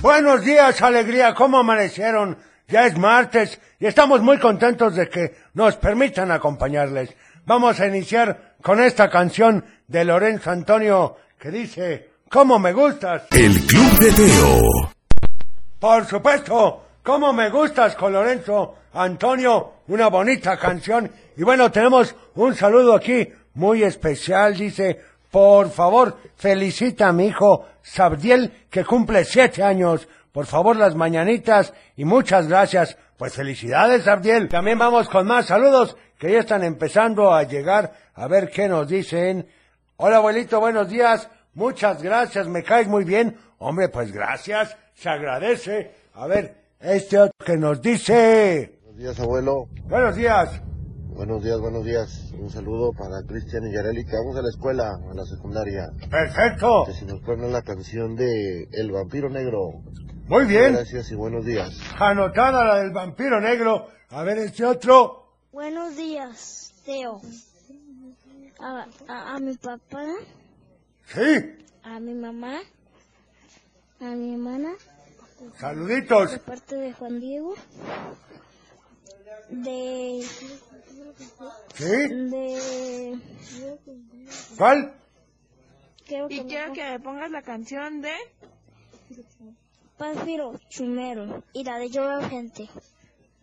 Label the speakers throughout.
Speaker 1: Buenos días, alegría, ¿cómo amanecieron? Ya es martes y estamos muy contentos de que nos permitan acompañarles. Vamos a iniciar con esta canción de Lorenzo Antonio que dice, ¿cómo me gustas?
Speaker 2: El Club de Teo.
Speaker 1: Por supuesto, ¿cómo me gustas con Lorenzo Antonio? Una bonita canción. Y bueno, tenemos un saludo aquí muy especial, dice, por favor, felicita a mi hijo Sabdiel, que cumple siete años. Por favor, las mañanitas y muchas gracias. Pues felicidades, Sabdiel. También vamos con más saludos que ya están empezando a llegar a ver qué nos dicen. Hola, abuelito, buenos días. Muchas gracias, me caes muy bien. Hombre, pues gracias, se agradece. A ver, este otro que nos dice.
Speaker 3: Buenos días, abuelo.
Speaker 1: Buenos días.
Speaker 3: Buenos días, buenos días. Un saludo para Cristian y Yareli, que vamos a la escuela, a la secundaria.
Speaker 1: Perfecto.
Speaker 3: Que si nos ponen la canción de El Vampiro Negro.
Speaker 1: Muy bien.
Speaker 3: Gracias y buenos días.
Speaker 1: Anotada la del vampiro negro. A ver este otro.
Speaker 4: Buenos días, Teo. A, a- a mi papá,
Speaker 1: Sí.
Speaker 4: a mi mamá, a mi hermana,
Speaker 1: Saluditos.
Speaker 4: de parte de Juan Diego, de...
Speaker 1: Sí.
Speaker 4: de...
Speaker 1: ¿Cuál?
Speaker 4: Quiero
Speaker 5: Y
Speaker 4: me
Speaker 5: quiero que me pongas la canción de...
Speaker 4: Pánfiro Chumero y la de Yo Gente.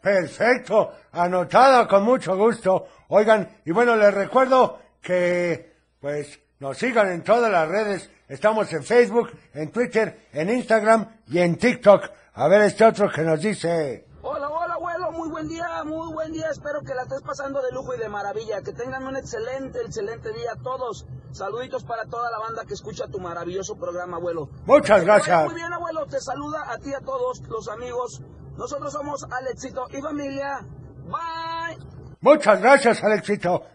Speaker 1: Perfecto, anotada con mucho gusto. Oigan, y bueno, les recuerdo que pues nos sigan en todas las redes. Estamos en Facebook, en Twitter, en Instagram y en TikTok. A ver este otro que nos dice...
Speaker 6: Hola, hola, abuelo, muy buen día, muy buen día, espero que la estés pasando de lujo y de maravilla, que tengan un excelente, excelente día a todos. Saluditos para toda la banda que escucha tu maravilloso programa, abuelo.
Speaker 1: Muchas
Speaker 6: Que te vaya
Speaker 1: gracias.
Speaker 6: Muy bien, abuelo, te saluda a ti y a todos los amigos. Nosotros somos Alexito y familia. Bye.
Speaker 1: Muchas gracias, Alexito.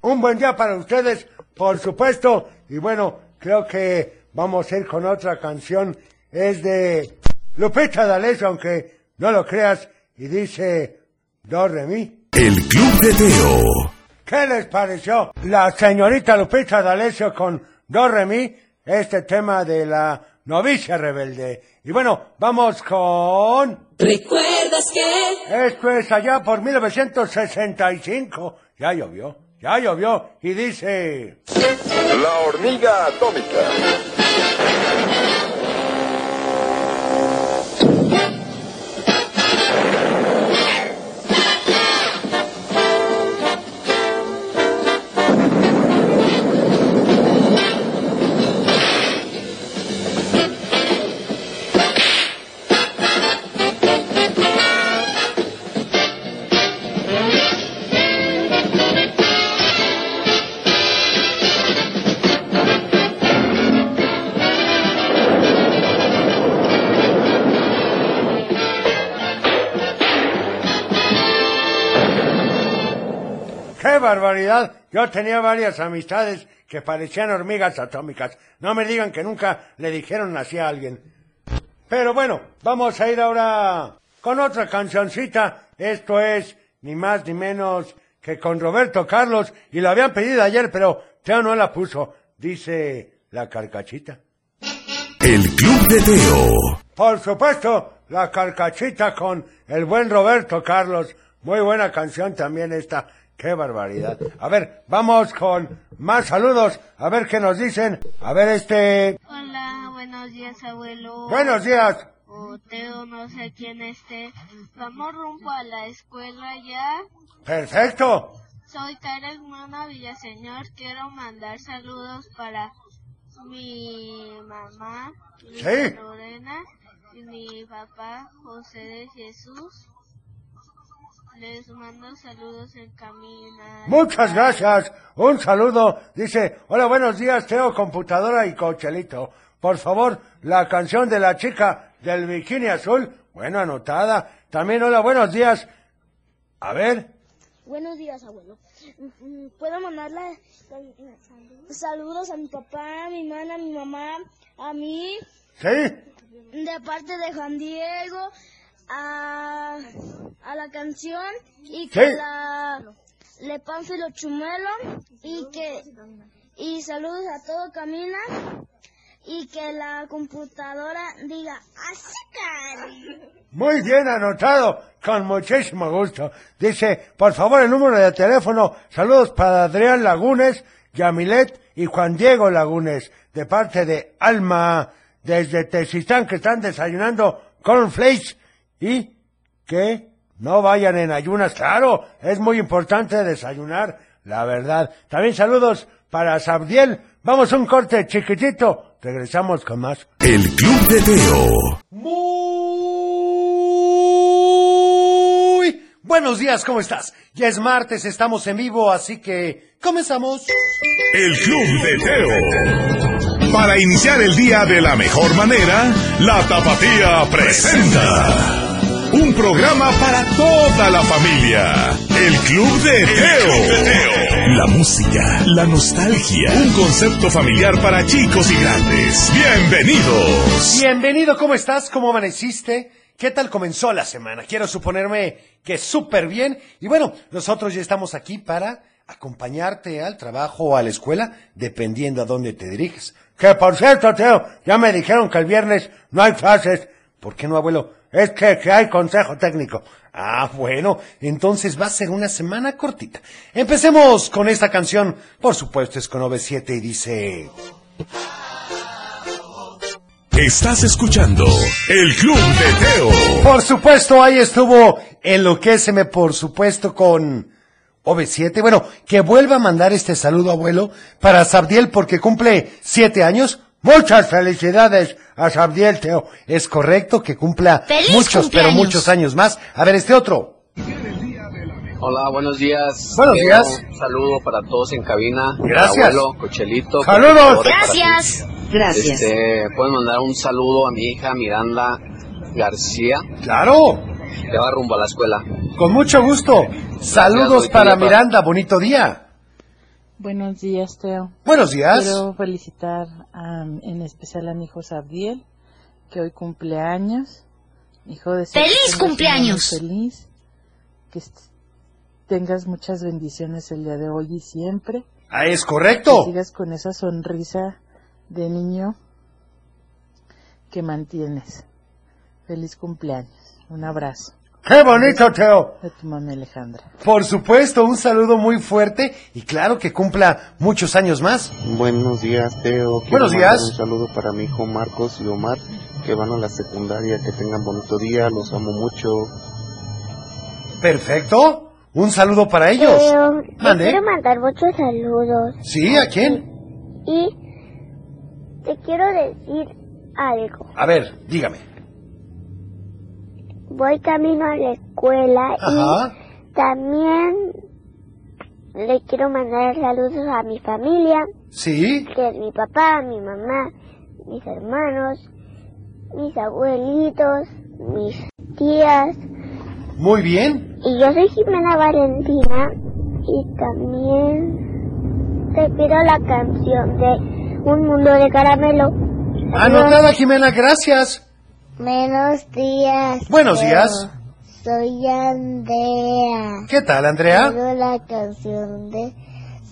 Speaker 1: Un buen día para ustedes, por supuesto. Y bueno, creo que vamos a ir con otra canción. Es de Lupita D'Alessio, aunque no lo creas. Y dice, Do Re Mi.
Speaker 2: El Club de Teo.
Speaker 1: ¿Qué les pareció la señorita Lupita D'Alessio con Do Re Mi? Este tema de la novicia rebelde. Y bueno, vamos con...
Speaker 7: ¿Recuerdas que?
Speaker 1: Esto es allá por 1965. Ya llovió, ya llovió. Y dice...
Speaker 8: La hormiga atómica.
Speaker 1: ¡Qué barbaridad! Yo tenía varias amistades que parecían hormigas atómicas. No me digan que nunca le dijeron así a alguien. Pero bueno, vamos a ir ahora con otra cancioncita. Esto es ni más ni menos que con Roberto Carlos y lo habían pedido ayer, pero Teo no la puso. Dice la carcachita.
Speaker 2: El Club de Teo.
Speaker 1: Por supuesto, la carcachita con el buen Roberto Carlos. Muy buena canción también esta. ¡Qué barbaridad! A ver, vamos con más saludos. A ver qué nos dicen. A ver este...
Speaker 4: Hola, buenos días, abuelo.
Speaker 1: Buenos días.
Speaker 4: O Teo, no sé quién esté. Vamos rumbo a la escuela ya.
Speaker 1: Perfecto.
Speaker 4: Soy Karen Mona Villaseñor. Quiero mandar saludos para mi mamá, Luisa
Speaker 1: Sí.
Speaker 4: Lorena, y mi papá, José de Jesús. Les mando saludos en camina.
Speaker 1: Muchas gracias. Un saludo. Dice, hola, buenos días, Teo, computadora y cochelito. Por favor, la canción de la chica del bikini azul. Bueno, anotada. También, hola, buenos días. A ver.
Speaker 4: Buenos días, abuelo. Mm, mm, ¿Puedo mandarle sal- saludos a mi papá, a mi hermana, a mi mamá, a mí,
Speaker 1: ¿Sí?
Speaker 4: de parte de Juan Diego, a, a la canción y que
Speaker 1: Sí.
Speaker 4: la Le Pánfilo Chumelo y que y saludos a todo Camina y que la computadora diga azúcar.
Speaker 1: Muy bien anotado, con muchísimo gusto. Dice, por favor, el número de teléfono. Saludos para Adrián Lagunes, Yamilet y Juan Diego Lagunes, de parte de Alma, desde Tezistán, que están desayunando cornflakes y que no vayan en ayunas. Claro, es muy importante desayunar, la verdad. También saludos para Sabdiel. Vamos a un corte chiquitito. Regresamos con más.
Speaker 2: El Club de Teo.
Speaker 9: Muy buenos días, ¿cómo estás? Ya es martes, estamos en vivo, así que comenzamos.
Speaker 2: El Club de Teo. Para iniciar el día de la mejor manera, la Tapatía presenta un programa para toda la familia. El Club de Teo. La música, la nostalgia, un concepto familiar para chicos y grandes. Bienvenidos.
Speaker 9: Bienvenido, ¿cómo estás? ¿Cómo amaneciste? ¿Qué tal comenzó la semana? Quiero suponerme que súper bien. Y bueno, nosotros ya estamos aquí para acompañarte al trabajo o a la escuela, dependiendo a dónde te diriges.
Speaker 1: Que por cierto, Teo, ya me dijeron que el viernes no hay clases. ¿Por qué no, abuelo? Es que, que hay consejo técnico.
Speaker 9: Ah, bueno, entonces va a ser una semana cortita. Empecemos con esta canción. Por supuesto, es con OV7 y dice...
Speaker 2: Estás escuchando El Club de Teo.
Speaker 9: Por supuesto, ahí estuvo Enloquéceme, por supuesto, con OV7. Bueno, que vuelva a mandar este saludo, abuelo, para Sabdiel porque cumple siete años.
Speaker 1: Muchas felicidades a Sabdiel, Teo.
Speaker 9: Es correcto que cumpla muchos, pero muchos años más. A ver, este otro.
Speaker 10: Hola, buenos días.
Speaker 9: Buenos días.
Speaker 10: Un saludo para todos en cabina.
Speaker 9: Gracias.
Speaker 10: Abuelo, Cochelito.
Speaker 1: Saludos.
Speaker 7: Gracias. Gracias.
Speaker 10: Este, pueden mandar un saludo a mi hija Miranda García,
Speaker 9: Claro,
Speaker 10: que va rumbo a la escuela.
Speaker 9: con mucho gusto. Saludos
Speaker 10: Gracias,
Speaker 9: para
Speaker 10: Luis.
Speaker 9: Miranda, bonito día.
Speaker 11: Buenos días, Teo.
Speaker 9: Buenos días.
Speaker 11: Quiero felicitar a- en especial a mi hijo Sabdiel, que hoy cumpleaños. Hijo de
Speaker 7: ¡Feliz
Speaker 11: que tengas un
Speaker 7: cumpleaños!
Speaker 11: año Feliz. Que est- tengas muchas bendiciones el día de hoy y siempre.
Speaker 9: Ah, es
Speaker 11: Que
Speaker 9: correcto.
Speaker 11: sigas con esa sonrisa de niño que mantienes. Feliz cumpleaños. Un abrazo
Speaker 1: ¡Qué bonito, Teo!
Speaker 11: de tu mami Alejandra.
Speaker 9: Por supuesto, un saludo muy fuerte y claro que cumpla muchos años más.
Speaker 3: Buenos días, Teo. Quiero
Speaker 9: Buenos
Speaker 3: mandar
Speaker 9: días.
Speaker 3: Un saludo para mi hijo Marcos y Omar, que van a la secundaria. Que tengan bonito día, los amo mucho.
Speaker 9: Perfecto. Un saludo para ellos.
Speaker 4: Teo, Eh, yo
Speaker 9: Mande.
Speaker 4: quiero mandar muchos saludos
Speaker 9: ¿Sí? ¿A quién?
Speaker 4: y te quiero decir algo.
Speaker 9: A ver, dígame.
Speaker 4: Voy camino a la escuela
Speaker 9: Ajá.
Speaker 4: y también le quiero mandar saludos a mi familia,
Speaker 9: ¿Sí?
Speaker 4: que es mi papá, mi mamá, mis hermanos, mis abuelitos, mis tías.
Speaker 9: Muy bien.
Speaker 4: Y yo soy Jimena Valentina y también te pido la canción de Un Mundo de Caramelo.
Speaker 9: Anotada, Jimena, gracias.
Speaker 4: Buenos días.
Speaker 9: Buenos días.
Speaker 4: Soy Andrea.
Speaker 9: ¿Qué tal, Andrea?
Speaker 4: Quiero la canción de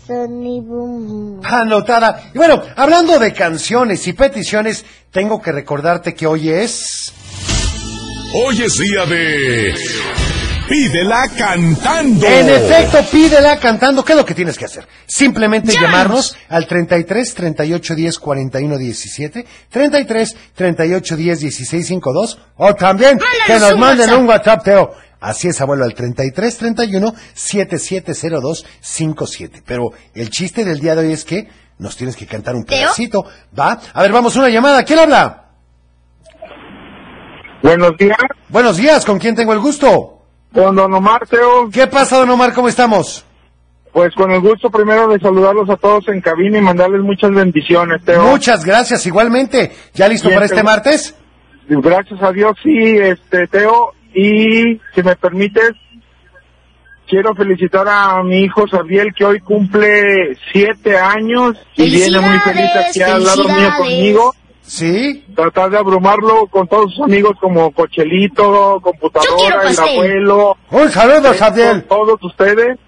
Speaker 4: Sonny Boom. Boom.
Speaker 9: Anotada. Y bueno, hablando de canciones y peticiones, tengo que recordarte que hoy es...
Speaker 2: Hoy es día de. Pídela cantando.
Speaker 9: En efecto, pídela cantando. ¿Qué es lo que tienes que hacer? Simplemente llamarnos al 33 38 10 41 17, 33 38 10 16 52, o también que nos
Speaker 7: un
Speaker 9: manden un WhatsApp, Teo. Así es, abuelo, al 33 31 7702 57. Pero el chiste del día de hoy es que nos tienes que cantar un
Speaker 7: ¿Teo?
Speaker 9: pedacito, ¿va? A ver, vamos, una llamada. ¿Quién habla?
Speaker 12: Buenos días,
Speaker 9: Buenos días, ¿con quién tengo el gusto?
Speaker 12: con don Omar Teo.
Speaker 9: ¿Qué pasa, don Omar? ¿Cómo estamos?
Speaker 12: Pues con el gusto primero de saludarlos a todos en cabina y mandarles muchas bendiciones, Teo.
Speaker 9: Muchas gracias, igualmente. ¿Ya listo
Speaker 12: Bien,
Speaker 9: para este
Speaker 12: Teo.
Speaker 9: martes?
Speaker 12: Gracias a Dios, sí, este, Teo. Y si me permites, quiero felicitar a mi hijo Sabiel, que hoy cumple siete años y viene muy feliz aquí al lado mío conmigo.
Speaker 9: Sí.
Speaker 12: Tratar de abrumarlo con todos sus amigos como Cochelito, Computadora, el abuelo,
Speaker 1: Un saludo, Sabiel.
Speaker 12: Con todos ustedes.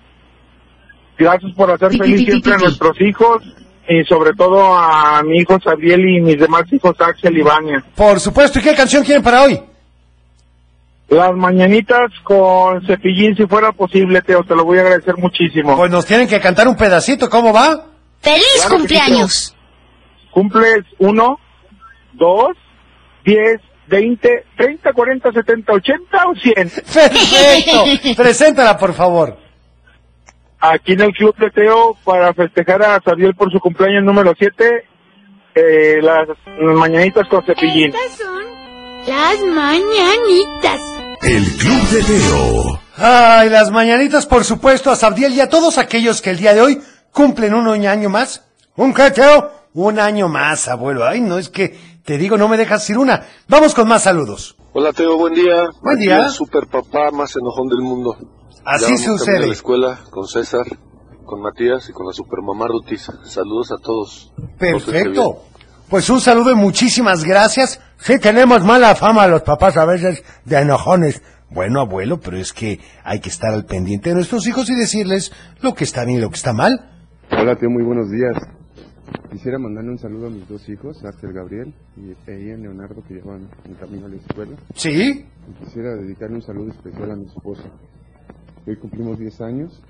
Speaker 12: Gracias por hacer feliz siempre a nuestros hijos. y sobre todo a mi hijo Sabiel y mis demás hijos Axel y Vania.
Speaker 9: Por supuesto, ¿y qué canción quieren para hoy?
Speaker 12: Las mañanitas con cepillín, si fuera posible, Teo, te lo voy a agradecer muchísimo.
Speaker 9: Pues nos tienen que cantar un pedacito, ¿cómo va?
Speaker 13: ¡Feliz claro cumpleaños!
Speaker 12: Que, Cumples 1, 2, 10, 20, 30, 40, 70, 80 o 100.
Speaker 9: ¡Perfecto! Preséntala, por favor.
Speaker 12: Aquí en el Club de Teo, para festejar a Sabiel por su cumpleaños número 7, eh, las mañanitas con cepillín.
Speaker 14: Estas son las mañanitas.
Speaker 2: El Club de Teo.
Speaker 9: Ay, las mañanitas, por supuesto, a Sabdiel y a todos aquellos que el día de hoy cumplen un año más. ¿Un qué, Teo? Un año más, abuelo. Ay, no, es que te digo, no me dejas ir una. Vamos con más saludos.
Speaker 15: Hola, Teo, buen día.
Speaker 9: Buen día.
Speaker 15: Aquí el super papá más enojón del mundo.
Speaker 9: Así
Speaker 15: ya vamos
Speaker 9: sucede.
Speaker 15: A la escuela con César, con Matías y con la super mamá Rutis. Saludos a todos.
Speaker 9: Perfecto. Pues un saludo y muchísimas gracias.
Speaker 1: Sí, tenemos mala fama los papás a veces de enojones.
Speaker 9: Bueno, abuelo, pero es que hay que estar al pendiente de nuestros hijos y decirles lo que está bien y lo que está mal.
Speaker 16: Hola, tío, muy buenos días. Quisiera mandarle un saludo a mis dos hijos, Axel Gabriel y e Ian Leonardo, que llevan en camino a la escuela.
Speaker 9: Sí.
Speaker 16: Y quisiera dedicarle un saludo especial a mi esposa. Hoy cumplimos 10 años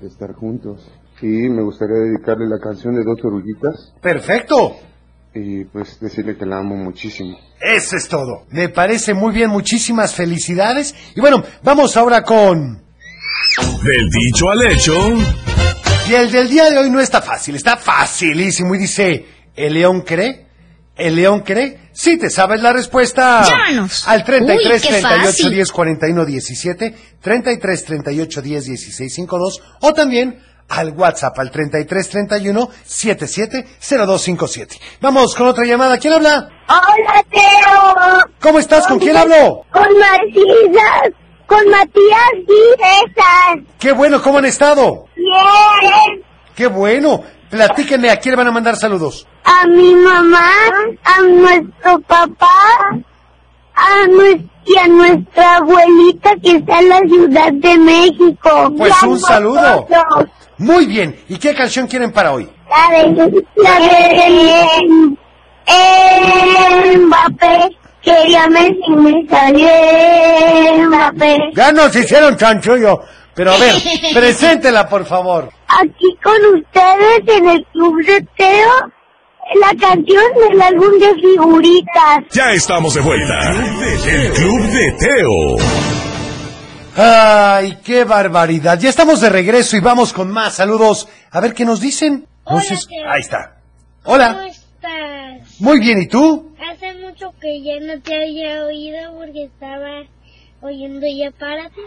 Speaker 16: de estar juntos. Y me gustaría dedicarle la canción de Dos Oruguitas.
Speaker 9: ¡Perfecto!
Speaker 16: Y pues decirle que la amo muchísimo.
Speaker 9: Eso es todo. Me parece muy bien, muchísimas felicidades. Y bueno, vamos ahora con...
Speaker 2: Del dicho al hecho.
Speaker 9: Y el del día de hoy no está fácil, está facilísimo. Y dice, ¿el león cree? ¿El león cree? Si te sabes la respuesta.
Speaker 13: Llámanos.
Speaker 9: Al 33
Speaker 13: Uy, qué
Speaker 9: 38
Speaker 13: fácil.
Speaker 9: 10 41 17, 33 38 10 16 52, o también al WhatsApp al 33 31 77 0257. Vamos con otra llamada. ¿Quién habla?
Speaker 17: Hola, Teo.
Speaker 9: ¿Cómo estás? ¿Con quién hablo?
Speaker 17: Con Matías. Con Matías y César.
Speaker 9: Qué bueno, ¿cómo han estado?
Speaker 17: Bien.
Speaker 9: Qué bueno. Platíquenme, ¿a quién le van a mandar saludos?
Speaker 17: A mi mamá, a nuestro papá, a nues- y a nuestra abuelita que está en la Ciudad de México.
Speaker 9: Pues
Speaker 17: Y a
Speaker 9: un saludo.
Speaker 17: vosotros.
Speaker 9: Muy bien. ¿Y qué canción quieren para hoy?
Speaker 17: La de, la de el Mbappé. Quería Messi, me salió Mbappé.
Speaker 1: Ya nos hicieron chanchullo.
Speaker 9: Pero a ver, preséntela, por favor.
Speaker 17: aquí con ustedes en el Club de Teo la canción del álbum de figuritas.
Speaker 2: Ya estamos de vuelta. El Club de Teo.
Speaker 9: Ay, qué barbaridad. Ya estamos de regreso y vamos con más saludos. A ver qué nos dicen. No
Speaker 4: Hola,
Speaker 9: sé si-
Speaker 4: Teo.
Speaker 9: Ahí está. Hola.
Speaker 4: ¿Cómo estás?
Speaker 9: Muy bien, ¿y tú?
Speaker 4: Hace mucho que ya no te había oído porque estaba oyendo ya párate.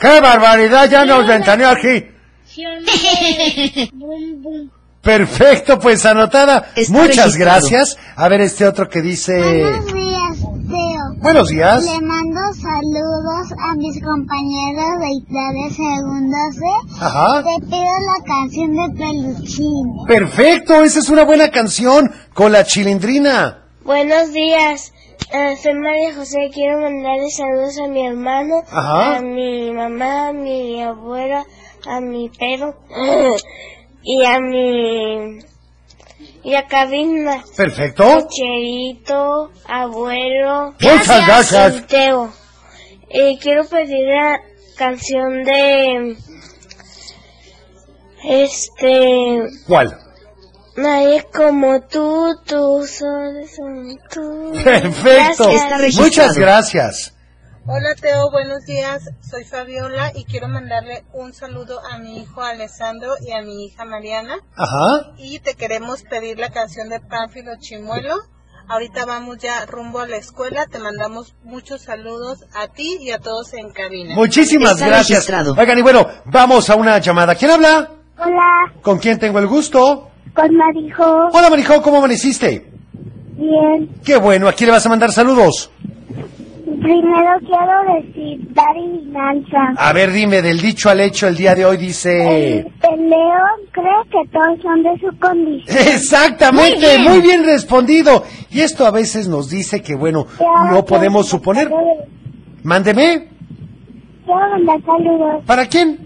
Speaker 1: ¡Qué barbaridad! Ya nos ventaneó aquí.
Speaker 4: ¿Sí o no? Bum, bum.
Speaker 9: Perfecto, pues anotada.
Speaker 13: Está
Speaker 9: Muchas
Speaker 13: registrado.
Speaker 9: gracias. A ver este otro que dice...
Speaker 17: días, Teo.
Speaker 9: Buenos días.
Speaker 17: Le mando saludos a mis compañeros de Italia Segundo C.
Speaker 9: Ajá.
Speaker 17: Te pido la canción de Peluchín.
Speaker 9: Perfecto, esa es una buena canción con la chilindrina.
Speaker 4: Buenos días. eh, soy María José. Quiero mandarle saludos a mi hermano,
Speaker 9: Ajá.
Speaker 4: a mi mamá, a mi abuela, a mi perro y a mi. y a Cabina.
Speaker 9: Perfecto.
Speaker 4: Cherito, abuelo.
Speaker 1: Muchas gracias.
Speaker 4: y Teo. Eh, quiero pedir la canción de. Este.
Speaker 9: ¿Cuál?
Speaker 4: Nadie como tú, tú solo son tú.
Speaker 9: Perfecto.
Speaker 4: Gracias.
Speaker 9: Muchas gracias.
Speaker 18: Hola Teo, buenos días. Soy Fabiola y quiero mandarle un saludo a mi hijo Alessandro y a mi hija Mariana.
Speaker 9: Ajá.
Speaker 18: Y te queremos pedir la canción de Pánfilo Chimuelo. Ahorita vamos ya rumbo a la escuela. Te mandamos muchos saludos a ti y a todos en cabina.
Speaker 9: Muchísimas
Speaker 13: Está
Speaker 9: gracias.
Speaker 13: registrado.
Speaker 9: Oigan, y bueno, vamos a una llamada. ¿Quién habla?
Speaker 17: Hola,
Speaker 9: ¿Con quién tengo el gusto?
Speaker 17: con Marijo.
Speaker 9: Hola, Marijo, ¿cómo amaneciste?
Speaker 17: Bien.
Speaker 9: Qué bueno, ¿a quién le vas a mandar saludos?
Speaker 17: Primero quiero decir dar adivinanza.
Speaker 9: A ver, dime, del dicho al hecho, el día de hoy dice...
Speaker 17: El el león cree que todos son de su condición.
Speaker 9: Exactamente, muy
Speaker 17: Muy
Speaker 9: bien.
Speaker 17: bien.
Speaker 9: respondido. Y esto a veces nos dice que, bueno, no podemos suponer. Mándeme,
Speaker 17: Quiero mandar saludos
Speaker 9: ¿para quién?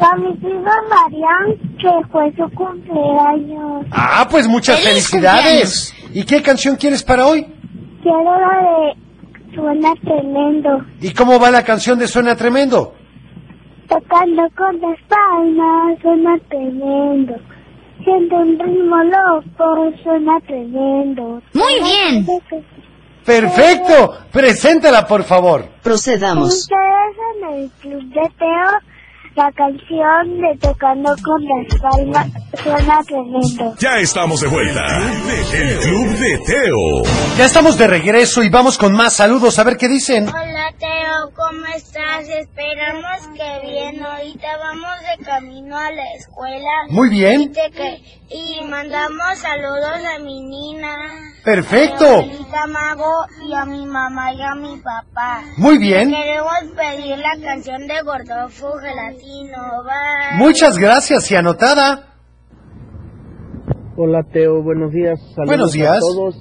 Speaker 17: a mis hijos Marian, que fue su cumpleaños.
Speaker 9: Ah, pues muchas
Speaker 17: ¡Feliz
Speaker 9: felicidades. ¿Y qué canción quieres para hoy?
Speaker 17: Quiero la de Suena Tremendo,
Speaker 9: ¿Y cómo va la canción de Suena Tremendo?
Speaker 17: tocando con las palmas, suena tremendo. Siento un ritmo loco, suena tremendo.
Speaker 13: Muy bien.
Speaker 9: Perfecto. Preséntala, por favor.
Speaker 7: Procedamos.
Speaker 17: Ustedes en el Club de Teo, la canción de Tocando con las Palmas suena tremendo.
Speaker 2: Ya estamos de vuelta. El Club de Teo.
Speaker 9: Ya estamos de regreso y vamos con más saludos a ver qué dicen.
Speaker 4: Hola Teo, ¿cómo estás? Esperamos que bien. Ahorita vamos de camino a la escuela.
Speaker 9: Muy bien.
Speaker 4: Y, te que- y mandamos saludos a mi nina.
Speaker 9: Perfecto.
Speaker 4: A mi abuelita Mago y a mi mamá y a mi papá.
Speaker 9: Muy bien.
Speaker 4: Queremos pedir la canción de Gordofo Gelatino. Bye.
Speaker 9: Muchas gracias y anotada.
Speaker 19: Hola Teo, buenos días. Saludos
Speaker 9: Buenos días.
Speaker 19: a todos.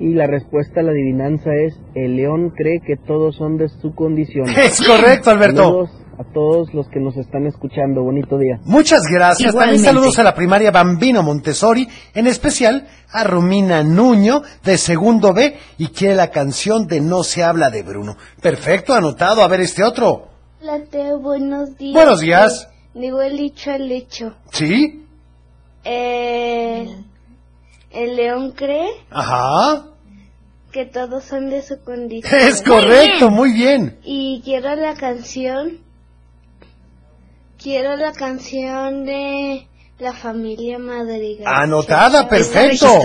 Speaker 19: Y la respuesta a la adivinanza es, el león cree que todos son de su condición.
Speaker 9: Es correcto, Alberto.
Speaker 19: Saludos a todos los que nos están escuchando. Bonito día.
Speaker 9: Muchas gracias. También
Speaker 19: Igualmente.
Speaker 9: saludos a la primaria Bambino Montessori, en especial a Romina Nuño de segundo B y quiere la canción de No se habla de Bruno. Perfecto, anotado. A ver este otro.
Speaker 20: Hola, Teo, buenos días.
Speaker 9: Buenos días.
Speaker 20: Digo el dicho al hecho.
Speaker 9: ¿Sí?
Speaker 20: El, el león cree
Speaker 9: Ajá.
Speaker 20: que todos son de su condición.
Speaker 9: Es correcto, muy bien.
Speaker 20: Y quiero la canción. Quiero la canción de la familia Madrigal.
Speaker 9: Anotada, perfecto.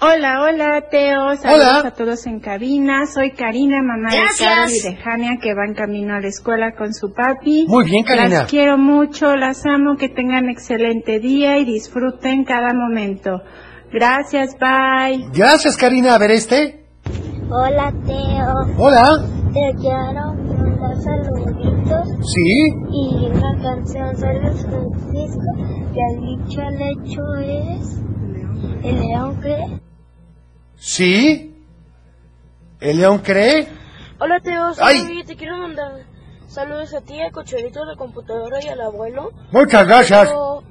Speaker 5: Hola, hola, Teo. Saludos
Speaker 9: Hola.
Speaker 5: a todos en cabina. Soy Karina, mamá de
Speaker 9: Gracias.
Speaker 5: Carol y de Jania, que van camino a la escuela con su papi.
Speaker 9: Muy bien, Karina.
Speaker 5: Las quiero mucho, las amo, que tengan excelente día y disfruten cada momento. Gracias, bye.
Speaker 9: Gracias, Karina. A ver este.
Speaker 4: Hola Teo.
Speaker 9: Hola.
Speaker 4: Te quiero mandar saluditos
Speaker 9: ¿Sí?
Speaker 4: y una canción de Luis Francisco que ha dicho el hecho es el león cree.
Speaker 9: ¿Sí? ¿El león cree?
Speaker 21: Hola Teo, soy
Speaker 9: Ay.
Speaker 21: David, te quiero mandar saludos a ti, a Cochelito, a la computadora y al abuelo.
Speaker 9: Muchas gracias.
Speaker 21: Quiero-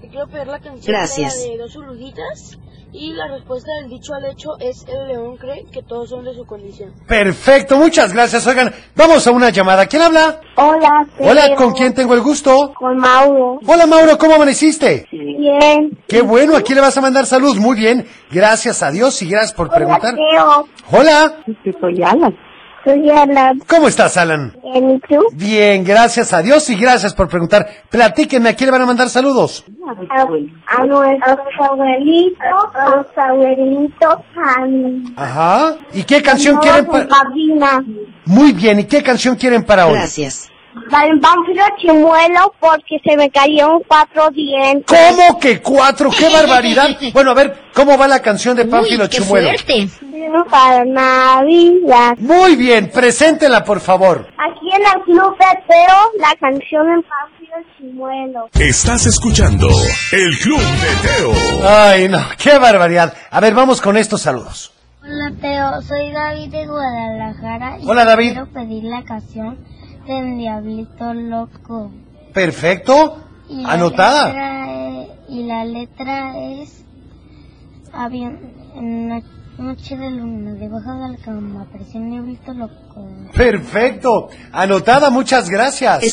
Speaker 21: Te quiero pedir la canción
Speaker 9: Gracias.
Speaker 21: de la de dos uruguitas y la respuesta del dicho al hecho es el león cree que todos son de su condición.
Speaker 9: Perfecto, muchas gracias. Oigan, vamos a una llamada. ¿Quién habla?
Speaker 4: Hola.
Speaker 9: Hola, ¿con quién tengo el gusto?
Speaker 4: Con Mauro.
Speaker 9: Hola, Mauro, ¿cómo amaneciste?
Speaker 4: Bien.
Speaker 9: Qué bueno, aquí le vas a mandar salud. Muy bien, gracias a Dios y gracias por preguntar.
Speaker 4: Teo.
Speaker 9: Hola.
Speaker 4: Soy Alan. Soy Alan.
Speaker 9: ¿Cómo estás, Alan?
Speaker 4: Bien, ¿y tú?
Speaker 9: Bien, gracias a Dios y gracias por preguntar. Platíquenme, ¿a quién le van a mandar saludos?
Speaker 4: A, a nuestros abuelitos, a los abuelitos, a mi
Speaker 9: Ajá. ¿Y qué canción quieren para...?
Speaker 4: cabina.
Speaker 9: Muy bien, ¿y qué canción quieren para hoy?
Speaker 4: Gracias. Pánfilo Chimuelo porque se me cayeron cuatro dientes.
Speaker 9: ¿Cómo que cuatro? ¡Qué barbaridad! Bueno, a ver, ¿cómo va la canción de Pánfilo Chimuelo?
Speaker 4: Vino Para Navidad.
Speaker 9: Muy bien, preséntela, por favor.
Speaker 4: Aquí en el Club de Teo, la canción en Pánfilo Chimuelo.
Speaker 2: Estás escuchando El Club de Teo.
Speaker 9: Ay, no, qué barbaridad. A ver, vamos con estos saludos.
Speaker 4: Hola Teo, soy David de Guadalajara.
Speaker 9: y Hola, David. quiero
Speaker 4: Quiero pedir la canción del Diablito Loco.
Speaker 9: Perfecto. Anotada.
Speaker 4: e- y la letra es Noche de luna, debajo de la cama, apareció un neblito loco.
Speaker 9: Perfecto. Anotada, muchas gracias.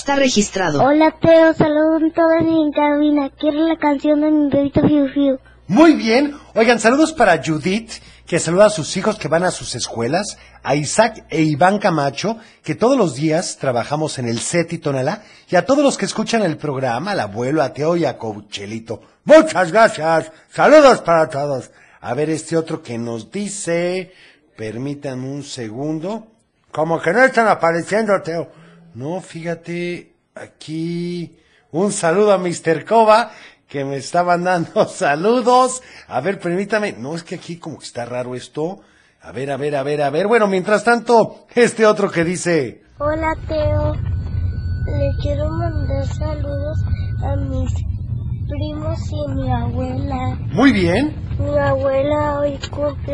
Speaker 4: Hola Teo, saludos a todos en cabina. Quiero la canción de mi bebito Fiu Fiu.
Speaker 9: Muy bien. Oigan, saludos para Judith, que saluda a sus hijos que van a sus escuelas, a Isaac e Iván Camacho, que todos los días trabajamos en el SETI Tonalá, y a todos los que escuchan el programa, al abuelo, a Teo y a Cochelito. Muchas gracias. Saludos para todos. A ver este otro que nos dice, permítanme un segundo. Como que no están apareciendo, Teo. No, fíjate, aquí un saludo a Mr. Cova, que me está mandando saludos. A ver, permítame. No, es que aquí como que está raro esto. A ver, a ver, a ver, a ver. Bueno, mientras tanto, este otro que dice...
Speaker 4: Hola Teo, le quiero mandar saludos a mis primos y mi abuela.
Speaker 9: Muy bien.
Speaker 4: Mi abuela hoy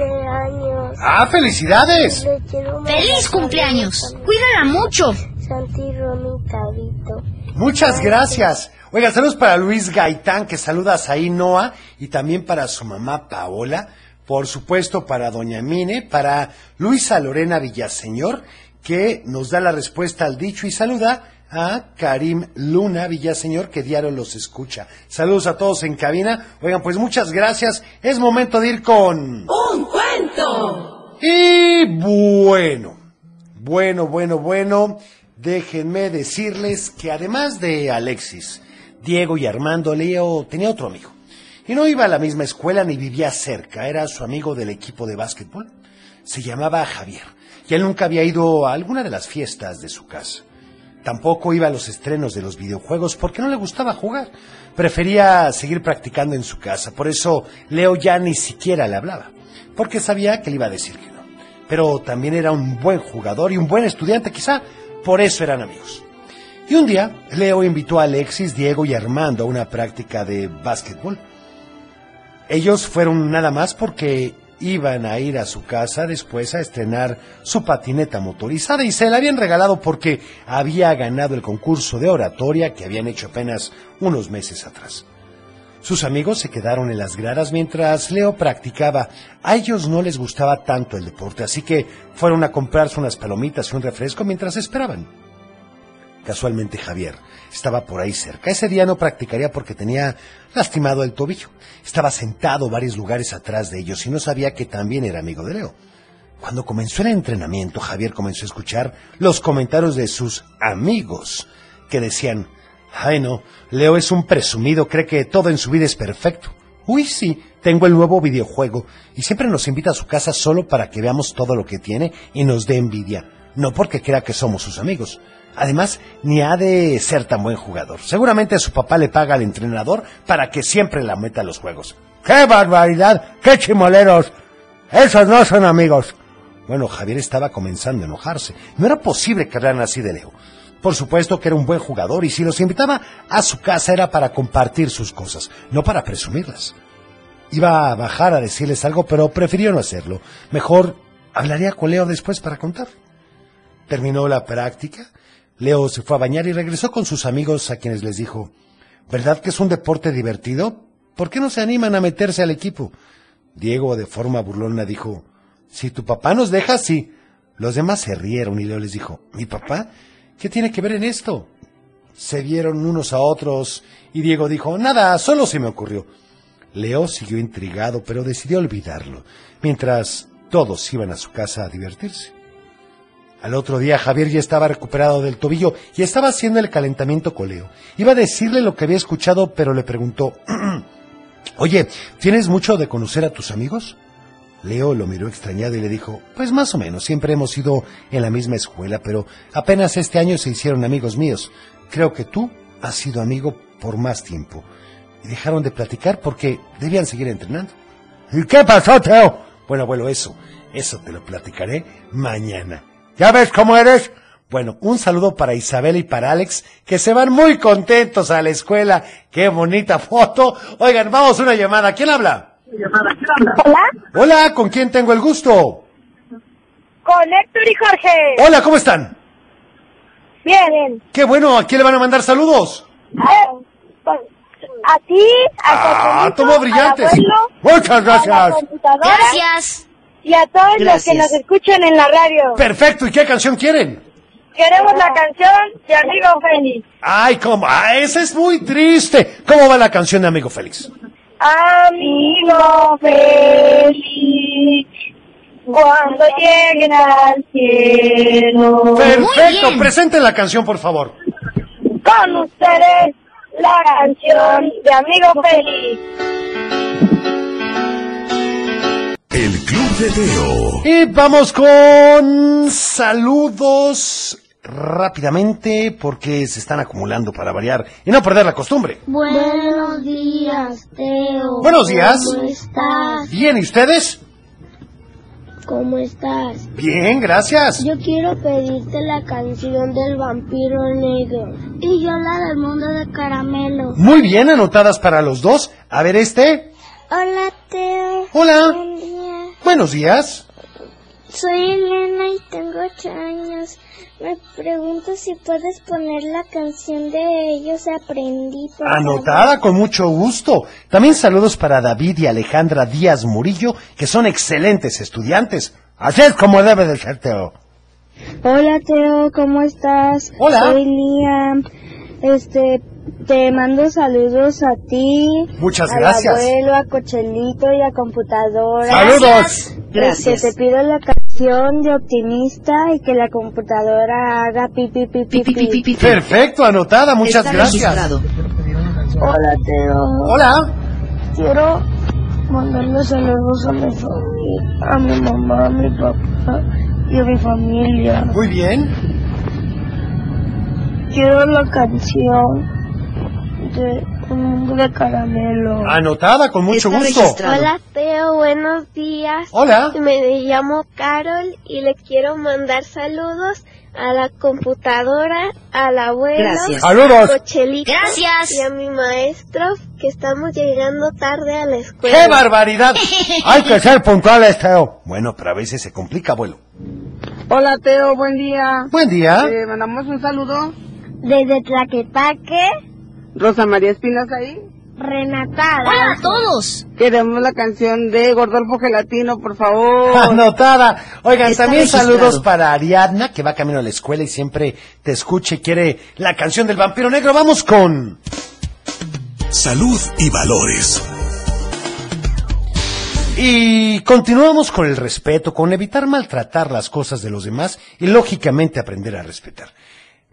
Speaker 4: cumpleaños.
Speaker 9: Ah, felicidades.
Speaker 4: Le quiero mandar
Speaker 13: ¡Feliz
Speaker 4: saludos
Speaker 13: cumpleaños!
Speaker 4: a mi
Speaker 13: ¡Cuídala mucho!
Speaker 4: Santi Romy Tabito.
Speaker 9: Muchas gracias. Oiga, saludos para Luis Gaitán, que saludas ahí, Noah, y también para su mamá Paola, por supuesto para Doña Mine, para Luisa Lorena Villaseñor, que nos da la respuesta al dicho y saluda a Karim Luna Villaseñor, que diario los escucha. Saludos a todos en cabina. Oigan, pues muchas gracias. Es momento de ir con...
Speaker 6: ¡Un cuento!
Speaker 9: Y bueno, bueno, bueno, bueno, déjenme decirles que además de Alexis, Diego y Armando, Leo tenía otro amigo. Y no iba a la misma escuela ni vivía cerca, era su amigo del equipo de básquetbol. Se llamaba Javier, y él nunca había ido a alguna de las fiestas de su casa. Tampoco iba a los estrenos de los videojuegos porque no le gustaba jugar. Prefería seguir practicando en su casa. Por eso Leo ya ni siquiera le hablaba. Porque sabía que le iba a decir que no. Pero también era un buen jugador y un buen estudiante quizá. Por eso eran amigos. Y un día Leo invitó a Alexis, Diego y Armando a una práctica de básquetbol. Ellos fueron nada más porque iban a ir a su casa después a estrenar su patineta motorizada y se la habían regalado porque había ganado el concurso de oratoria que habían hecho apenas unos meses atrás. Sus amigos se quedaron en las gradas mientras Leo practicaba. A ellos no les gustaba tanto el deporte, así que fueron a comprarse unas palomitas y un refresco mientras esperaban. Casualmente Javier estaba por ahí cerca. Ese día no practicaría porque tenía lastimado el tobillo. Estaba sentado varios lugares atrás de ellos y no sabía que también era amigo de Leo. Cuando comenzó el entrenamiento, Javier comenzó a escuchar los comentarios de sus amigos que decían, ay no, Leo es un presumido, cree que todo en su vida es perfecto. Uy, sí, tengo el nuevo videojuego y siempre nos invita a su casa solo para que veamos todo lo que tiene y nos dé envidia, no porque crea que somos sus amigos. Además, ni ha de ser tan buen jugador. Seguramente su papá le paga al entrenador para que siempre la meta a los juegos.
Speaker 1: ¡Qué barbaridad! ¡Qué chimoleros! ¡Esos no son amigos!
Speaker 9: Bueno, Javier estaba comenzando a enojarse. No era posible que hablaran así de Leo. Por supuesto que era un buen jugador y si los invitaba a su casa era para compartir sus cosas, no para presumirlas. Iba a bajar a decirles algo, pero prefirió no hacerlo. Mejor hablaría con Leo después para contar. Terminó la práctica Leo se fue a bañar y regresó con sus amigos a quienes les dijo, ¿verdad que es un deporte divertido? ¿Por qué no se animan a meterse al equipo? Diego de forma burlona dijo, si tu papá nos deja, sí. Los demás se rieron y Leo les dijo, ¿mi papá? ¿Qué tiene que ver en esto? Se vieron unos a otros y Diego dijo, nada, solo se me ocurrió. Leo siguió intrigado, pero decidió olvidarlo, mientras todos iban a su casa a divertirse. Al otro día Javier ya estaba recuperado del tobillo y estaba haciendo el calentamiento coleo. Iba a decirle lo que había escuchado, pero le preguntó, Oye, ¿tienes mucho de conocer a tus amigos? Leo lo miró extrañado y le dijo, Pues más o menos, siempre hemos ido en la misma escuela, pero apenas este año se hicieron amigos míos. Creo que tú has sido amigo por más tiempo. Y dejaron de platicar porque debían seguir entrenando.
Speaker 1: ¿Y qué pasó, Teo?
Speaker 9: Bueno, abuelo, eso, eso te lo platicaré mañana.
Speaker 1: ¿Ya ves cómo eres?
Speaker 9: Bueno, un saludo para Isabel y para Alex, que se van muy contentos a la escuela. ¡Qué bonita foto! Oigan, vamos a una llamada. ¿Quién habla?
Speaker 22: Llamada. ¿Quién habla? Hola.
Speaker 9: Hola, ¿con quién tengo el gusto?
Speaker 22: Con Héctor y Jorge.
Speaker 9: Hola, ¿cómo están?
Speaker 22: Bien. bien.
Speaker 9: Qué bueno, ¿a quién le van a mandar saludos?
Speaker 22: Eh, pues, a ti, a
Speaker 9: Ah, tomo brillantes.
Speaker 22: abuelo,
Speaker 1: Muchas gracias.
Speaker 22: Gracias. Y a todos
Speaker 9: Gracias.
Speaker 22: los que nos escuchan en la radio.
Speaker 9: Perfecto, ¿y qué canción quieren?
Speaker 22: Queremos la canción de Amigo Félix.
Speaker 9: Ay, cómo, ah, esa es muy triste. ¿Cómo va la canción de Amigo Félix?
Speaker 22: Amigo Félix, cuando lleguen al cielo,
Speaker 9: Perfecto, presente la canción, por favor.
Speaker 22: con ustedes la canción de Amigo Félix.
Speaker 2: El Club de Teo.
Speaker 9: Y vamos con saludos rápidamente porque se están acumulando para variar y no perder la costumbre.
Speaker 20: Buenos días, Teo.
Speaker 9: Buenos días.
Speaker 20: ¿Cómo estás?
Speaker 9: Bien, ¿y ustedes?
Speaker 20: ¿Cómo estás?
Speaker 9: Bien, gracias.
Speaker 20: Yo quiero pedirte la canción del vampiro negro. Y yo la del mundo de caramelo.
Speaker 9: Muy bien, anotadas para los dos. A ver este.
Speaker 20: Hola, Teo.
Speaker 9: Hola.
Speaker 20: Buen día.
Speaker 9: Buenos días.
Speaker 17: Soy Elena y tengo ocho años. Me pregunto si puedes poner la canción de ellos aprendí. por
Speaker 9: Anotada con mucho gusto. También saludos para David y Alejandra Díaz Murillo, que son excelentes estudiantes. Así es como debe de ser, Teo.
Speaker 23: Hola Teo, ¿cómo estás?
Speaker 9: Hola.
Speaker 23: Soy Liam. Este, te mando saludos a ti.
Speaker 9: Muchas
Speaker 23: al
Speaker 9: gracias.
Speaker 23: abuelo, a Cochelito y a computadora.
Speaker 9: Saludos.
Speaker 23: Este,
Speaker 9: Gracias.
Speaker 23: te pido la canción de optimista y que la computadora haga pipi pipi pipi.
Speaker 9: Perfecto, anotada, muchas
Speaker 23: Está
Speaker 9: gracias.
Speaker 23: registrado.
Speaker 4: Hola, Teo.
Speaker 9: Hola.
Speaker 4: Quiero mandarle saludos a mi familia, a mi mamá, a mi papá y a mi familia.
Speaker 9: Muy bien.
Speaker 4: Quiero la canción de Un Mundo de Caramelo.
Speaker 9: Anotada con mucho gusto.
Speaker 24: Hola, Teo, buenos días.
Speaker 9: Hola.
Speaker 24: Me llamo Carol y le quiero mandar saludos a la computadora, al abuelo,
Speaker 4: Gracias.
Speaker 24: a
Speaker 9: Saludos.
Speaker 24: Cochelito
Speaker 25: Gracias.
Speaker 24: y a mi maestro que estamos llegando tarde a la escuela.
Speaker 23: Pues, eh.
Speaker 9: ¡Qué barbaridad! Hay que ser puntuales, Teo. Bueno, pero a veces se complica, abuelo.
Speaker 4: Hola, Teo, buen día.
Speaker 9: Buen día.
Speaker 4: Te mandamos un saludo.
Speaker 17: Desde Tlaquepaque,
Speaker 4: Rosa María Espinas ahí.
Speaker 17: Renatada.
Speaker 4: Hola a
Speaker 17: todos!
Speaker 4: Queremos la canción de Gordolfo Gelatino, por favor.
Speaker 9: Anotada. Oigan,
Speaker 4: Está
Speaker 9: también
Speaker 4: registrado.
Speaker 9: saludos para Ariadna, que va camino a la escuela y siempre te escucha y quiere la canción del vampiro negro. Vamos con...
Speaker 2: Salud y valores.
Speaker 9: Y continuamos con el respeto, con evitar maltratar las cosas de los demás y lógicamente aprender a respetar.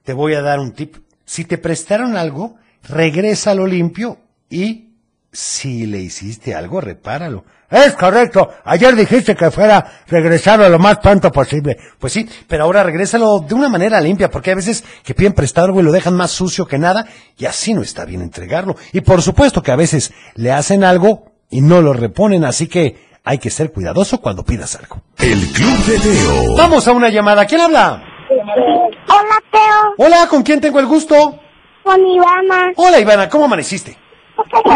Speaker 9: Te voy a dar un tip. Si te prestaron algo, regrésalo limpio y si le hiciste algo, repáralo.
Speaker 26: Es correcto. Ayer dijiste que fuera regresado lo más pronto posible.
Speaker 9: Pues sí, pero ahora regrésalo de una manera limpia, porque hay veces que piden prestado algo y lo dejan más sucio que nada, y así no está bien entregarlo. Y por supuesto que a veces le hacen algo y no lo reponen, así que hay que ser cuidadoso cuando pidas algo.
Speaker 2: El Club de Teo.
Speaker 9: Vamos a una llamada. ¿Quién habla?
Speaker 17: Hola, Teo.
Speaker 9: Hola, ¿con quién tengo el gusto?
Speaker 17: Con Ivana.
Speaker 9: Hola, Ivana, ¿cómo amaneciste?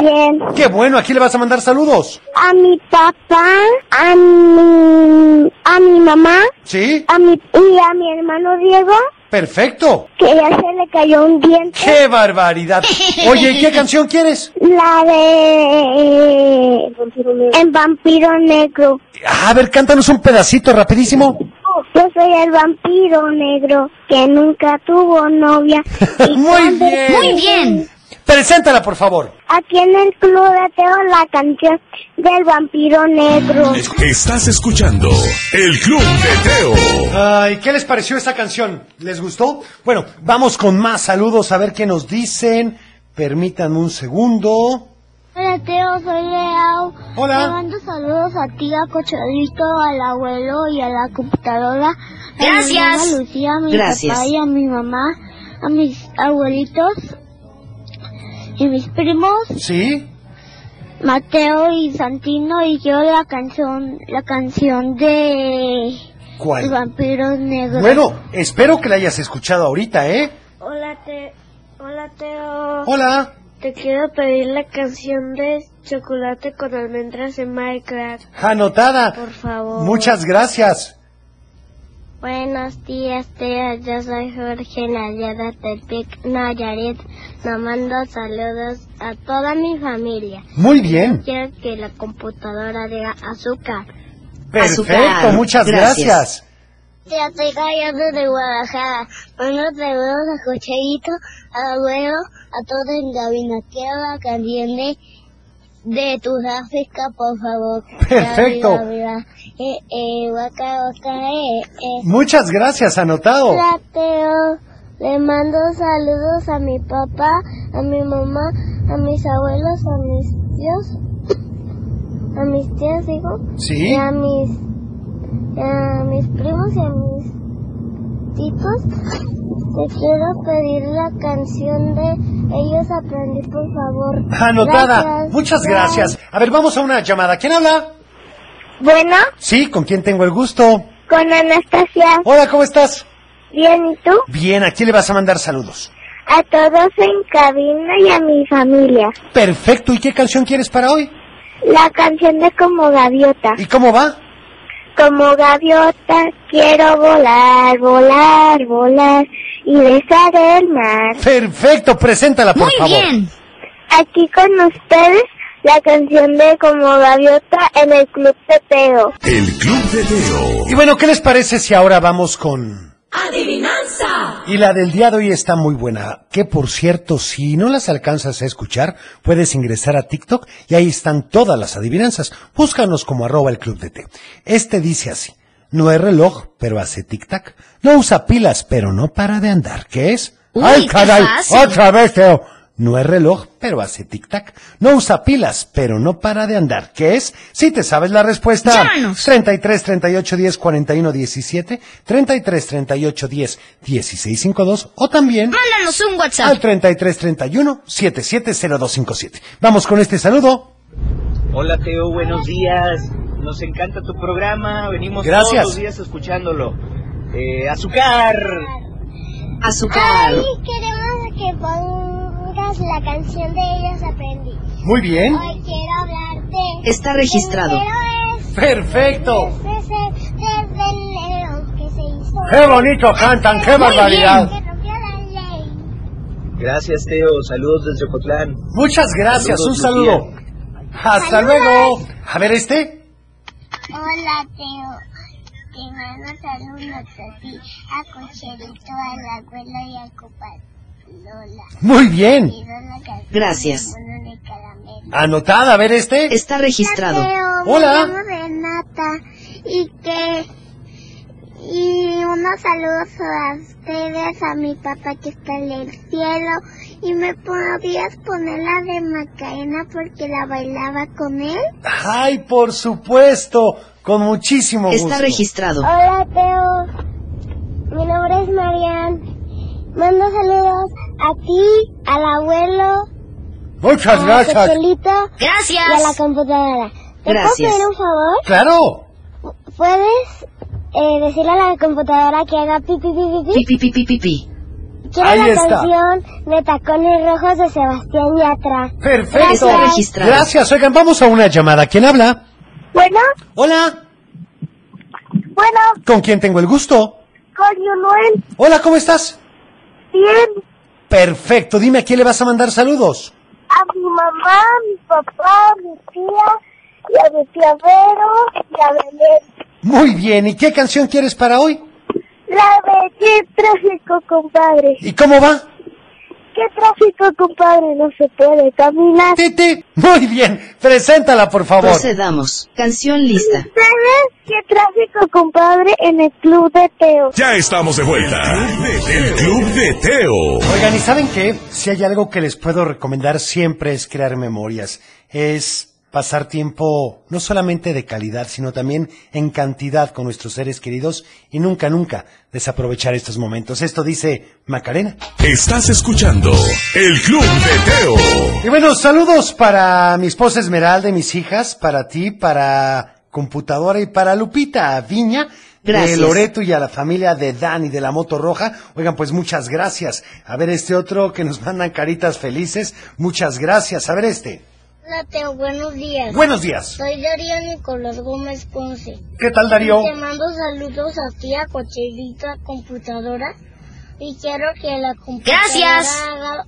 Speaker 17: Bien.
Speaker 9: Qué bueno, aquí le vas a mandar saludos.
Speaker 17: A mi papá, a mi, a mi mamá.
Speaker 9: ¿Sí?
Speaker 17: A mi, y a mi hermano Diego,
Speaker 9: Perfecto.
Speaker 17: que ya se le cayó un diente.
Speaker 9: ¡Qué barbaridad! Oye, ¿y ¿qué canción quieres?
Speaker 17: La de... eh, El vampiro negro.
Speaker 9: A ver, cántanos un pedacito rapidísimo.
Speaker 17: Yo soy el vampiro negro que nunca tuvo novia. Y
Speaker 9: Muy
Speaker 17: cuando-
Speaker 9: bien. Preséntala, por favor.
Speaker 17: Aquí en el club de Teo la canción del vampiro negro.
Speaker 2: Estás escuchando El Club de Teo.
Speaker 9: Ay, ¿qué les pareció esta canción? ¿Les gustó? Bueno, vamos con más saludos a ver qué nos dicen. Permítanme un segundo.
Speaker 27: Hola Teo, soy Leao.
Speaker 9: Hola.
Speaker 27: Te mando saludos a ti, a Cochelito, al abuelo y a la computadora.
Speaker 25: Gracias.
Speaker 27: A mi hermana Lucía, a mi
Speaker 25: Gracias.
Speaker 27: papá y a mi mamá, a mis abuelitos y mis primos,
Speaker 9: ¿Sí?
Speaker 27: Mateo y Santino y yo la canción, la canción de
Speaker 9: ¿Cuál?
Speaker 27: Vampiros Negros.
Speaker 9: Bueno, espero que la hayas escuchado ahorita, ¿eh?
Speaker 24: Hola, te... Hola, Teo.
Speaker 9: Hola.
Speaker 24: Te quiero pedir la canción de Chocolate con almendras en Minecraft,
Speaker 9: Anotada.
Speaker 24: por favor.
Speaker 9: Muchas gracias.
Speaker 24: Buenos días, Teo. Yo soy Jorge Nayada Tepic Nayarit. Te mando saludos a toda mi familia.
Speaker 9: Muy bien.
Speaker 24: Quiero que la computadora diga azúcar.
Speaker 9: Perfecto, muchas
Speaker 24: Gracias.
Speaker 9: gracias.
Speaker 24: Te estoy callando de Guadalajara. Bueno, saludos a Cocheito, a Abuelo, a todos en cabina. Quiero la canción de, de tu África, por favor.
Speaker 9: Perfecto.
Speaker 24: Arriba, arriba. Eh, eh, guaca, guaca, eh, eh.
Speaker 9: Muchas gracias, anotado.
Speaker 24: Hola, Teo. Le mando saludos a mi papá, a mi mamá, a mis abuelos, a mis tíos, a mis tías, digo,
Speaker 9: Sí.
Speaker 24: y a mis, y a mis primos y a mis titos. Te quiero pedir la canción de Ellos Aprendí, por favor.
Speaker 9: Anotada.
Speaker 24: Gracias.
Speaker 9: Muchas
Speaker 24: Bye.
Speaker 9: gracias. A ver, vamos a una llamada. ¿Quién habla? Mm.
Speaker 17: Bueno,
Speaker 9: Sí, ¿con quién tengo el gusto?
Speaker 17: con Anastasia.
Speaker 9: Hola, ¿cómo estás?
Speaker 17: Bien, ¿y tú?
Speaker 9: Bien, ¿a quién le vas a mandar saludos?
Speaker 17: A todos en cabina y a mi familia.
Speaker 9: Perfecto, ¿y qué canción quieres para hoy?
Speaker 17: La canción de Como Gaviota.
Speaker 9: ¿Y cómo va?
Speaker 28: como gaviota quiero volar, volar, volar y besar el mar.
Speaker 9: Perfecto, preséntala por
Speaker 28: Muy
Speaker 9: favor.
Speaker 28: bien. Aquí con ustedes la canción de Como Gaviota en el Club de Teo.
Speaker 2: El Club de Teo.
Speaker 9: Y bueno, ¿qué les parece si ahora vamos con...
Speaker 29: Adivinanza.
Speaker 9: Y la del día de hoy está muy buena, que por cierto, si no las alcanzas a escuchar, puedes ingresar a TikTok y ahí están todas las adivinanzas. Búscanos como arroba el club de Teo. Este dice así, no es reloj, pero hace tic-tac. No usa pilas, pero no para de andar. ¿Qué es?
Speaker 1: Uy,
Speaker 9: ¡Ay,
Speaker 1: qué
Speaker 9: caray!
Speaker 1: fácil.
Speaker 9: ¡Otra vez, Teo! No es reloj, pero hace tic-tac. No usa pilas, pero no para de andar. ¿Qué es? Si te sabes la respuesta.
Speaker 1: Llámanos.
Speaker 9: 33 38 10 41 17, 33 38 10 16 52 o también.
Speaker 30: Mándanos un WhatsApp.
Speaker 9: Al 33 31 77 0257. Vamos con este saludo.
Speaker 4: Hola Teo, buenos días. Nos encanta tu programa, venimos
Speaker 9: Gracias.
Speaker 4: todos los días escuchándolo. Eh, azúcar.
Speaker 6: Azúcar.
Speaker 24: Hoy queremos que pongas la canción de Ellos Aprendí.
Speaker 9: Muy bien.
Speaker 24: Hoy quiero hablarte.
Speaker 12: Está registrado.
Speaker 9: Perfecto.
Speaker 24: Desde el león que se hizo.
Speaker 9: ¡Qué bonito cantan! ¡Qué
Speaker 24: Muy
Speaker 9: barbaridad!
Speaker 24: bien. Que rompió la ley.
Speaker 4: Gracias Teo, saludos desde Ocotlán.
Speaker 9: Muchas gracias.
Speaker 4: Saludos,
Speaker 9: un saludo.
Speaker 4: Lucía.
Speaker 9: Hasta
Speaker 24: Saludos.
Speaker 9: luego. A ver, este.
Speaker 24: Hola, Teo. Te mando saludos a ti, a Cocherito, a la abuela y a Copa Lola.
Speaker 9: Muy bien.
Speaker 12: Gracias.
Speaker 9: Anotada. A ver, este.
Speaker 12: Está registrado.
Speaker 9: Hola.
Speaker 24: Me llamo Renata y que y unos saludos a ustedes, a mi papá que está en el cielo y me podías poner la de Macarena porque la bailaba con él.
Speaker 9: Ay, por supuesto. Con muchísimo gusto.
Speaker 24: Hola Teo, mi nombre es Marian. Mando saludos a ti, al abuelo,
Speaker 4: Ah,
Speaker 9: Muchas
Speaker 24: a
Speaker 9: gracias.
Speaker 24: Cochelito y
Speaker 30: Gracias.
Speaker 24: a la computadora. ¿Te
Speaker 9: Gracias.
Speaker 24: puedo pedir un favor?
Speaker 9: Claro.
Speaker 24: ¿Puedes eh, decirle a la computadora que haga pi pi pi pi, pi? Quiero
Speaker 9: Ahí
Speaker 24: la
Speaker 9: está.
Speaker 24: canción de Tacones Rojos de Sebastián Yatra.
Speaker 9: Perfecto.
Speaker 24: Gracias.
Speaker 9: Gracias. Oigan, vamos a una llamada. ¿Quién habla?
Speaker 17: Bueno.
Speaker 9: Hola.
Speaker 17: Bueno,
Speaker 9: ¿Con quién tengo el gusto?
Speaker 17: con Manuel,
Speaker 9: Hola, ¿cómo estás?
Speaker 17: bien,
Speaker 9: Perfecto. Dime a quién le vas a mandar saludos.
Speaker 17: a mi mamá, a mi papá, a mi tía, y a mi tía Vero, y a Belén.
Speaker 9: Muy bien. ¿Y qué canción quieres para hoy?
Speaker 17: La de qué tráfico, compadre.
Speaker 9: ¿Y cómo va?
Speaker 17: ¿Qué tráfico, compadre? No se puede caminar.
Speaker 9: Titi. Muy bien. Preséntala, por favor.
Speaker 12: Procedamos. Canción lista.
Speaker 17: ¿Sabes qué tráfico, compadre? En el club de Teo.
Speaker 2: Ya estamos de vuelta. El Club de Teo.
Speaker 9: Oigan, ¿y saben qué? Si hay algo que les puedo recomendar siempre es crear memorias. Es pasar tiempo no solamente de calidad, sino también en cantidad con nuestros seres queridos y nunca, nunca desaprovechar estos momentos. Esto dice Macarena.
Speaker 2: Estás escuchando El Club de Teo.
Speaker 9: Y bueno, saludos para mi esposa Esmeralda y mis hijas, para ti, para computadora y para Lupita Viña. De
Speaker 12: Gracias.
Speaker 9: Loreto y a la familia de Dani de la Moto Roja. Oigan, pues muchas gracias. A ver este otro que nos mandan caritas felices. Muchas gracias. A ver este.
Speaker 24: Hola Teo, buenos días.
Speaker 9: Buenos días.
Speaker 24: Soy Darío Nicolás Gómez Ponce.
Speaker 9: ¿Qué tal, Darío?
Speaker 24: Te mando saludos a ti, a Cocherita Computadora. Y quiero que la computadora
Speaker 30: Gracias.
Speaker 24: haga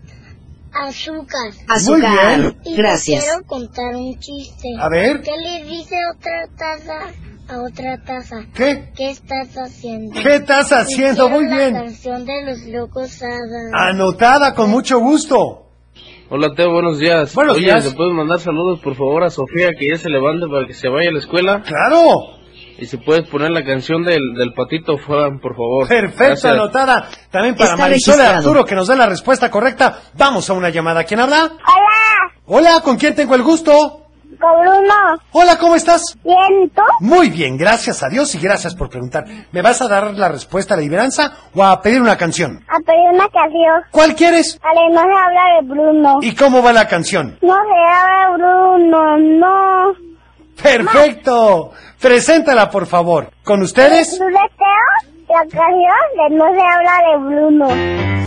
Speaker 24: azúcar.
Speaker 9: Ah,
Speaker 12: Azúcar. Muy bien.
Speaker 24: Y te
Speaker 12: Gracias.
Speaker 24: quiero contar un chiste.
Speaker 12: A ver.
Speaker 24: ¿Qué le dice otra taza a otra taza?
Speaker 9: ¿Qué?
Speaker 24: ¿Qué estás haciendo?
Speaker 9: ¿Qué estás
Speaker 24: Y
Speaker 9: haciendo?
Speaker 24: quiero
Speaker 9: Muy bien.
Speaker 24: La canción de los locos Adams.
Speaker 9: Anotada con mucho gusto.
Speaker 19: Hola Teo, buenos días.
Speaker 9: Buenos
Speaker 19: Oye,
Speaker 9: días.
Speaker 19: ¿le puedes mandar saludos por favor a Sofía que ya se levante para que se vaya a la escuela?
Speaker 9: ¡Claro!
Speaker 19: Y si puedes poner la canción del, del patito Juan, por favor.
Speaker 9: Perfecto,
Speaker 19: Gracias.
Speaker 9: anotada. También para
Speaker 19: Está
Speaker 9: Marisol de
Speaker 19: registrado.
Speaker 9: Arturo que nos dé la respuesta correcta. Vamos a una llamada. ¿Quién habla?
Speaker 17: Hola,
Speaker 9: Hola, ¿con quién tengo el gusto?
Speaker 17: con Bruno.
Speaker 9: Hola, ¿cómo estás?
Speaker 17: Bien, ¿y tú?
Speaker 9: Muy bien, gracias a Dios y gracias por preguntar. ¿Me vas a dar la respuesta a la liberanza o a pedir una canción?
Speaker 17: A pedir una canción.
Speaker 9: ¿Cuál quieres?
Speaker 17: Vale, no se habla de Bruno.
Speaker 9: ¿Y cómo va la canción?
Speaker 17: No se habla de Bruno, no.
Speaker 9: ¡Perfecto! Preséntala, por favor. ¿Con ustedes?
Speaker 17: ¿Tú le Teo? La canción de No se habla de Bruno.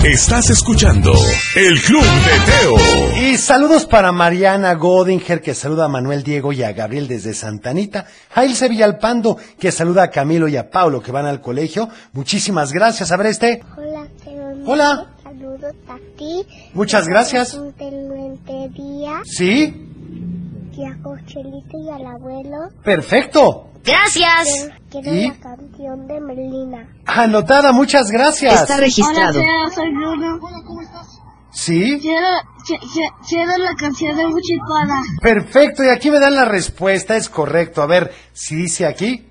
Speaker 2: Estás escuchando el Club de Teo.
Speaker 9: Y saludos para Mariana Godinger, que saluda a Manuel Diego y a Gabriel desde Santanita. A Ilse Villalpando, que saluda a Camilo y a Paulo, que van al colegio. Muchísimas gracias. A ver, este.
Speaker 24: Hola, Teo.
Speaker 9: Hola.
Speaker 24: Saludos a ti.
Speaker 9: Muchas gracias.
Speaker 24: Un excelente día.
Speaker 9: ¿Sí?
Speaker 24: Y a Cochelito y al abuelo.
Speaker 9: Perfecto.
Speaker 24: Gracias. Quiero
Speaker 9: ¿Y?
Speaker 24: la canción de Melina.
Speaker 9: Anotada, muchas gracias.
Speaker 4: Hola, Teo, soy Bruno.
Speaker 9: ¿Sí?
Speaker 4: Quiero, qui- qui- quiero la canción de Buchipada.
Speaker 9: Perfecto, y aquí me dan la respuesta, es correcto. A ver, si dice aquí.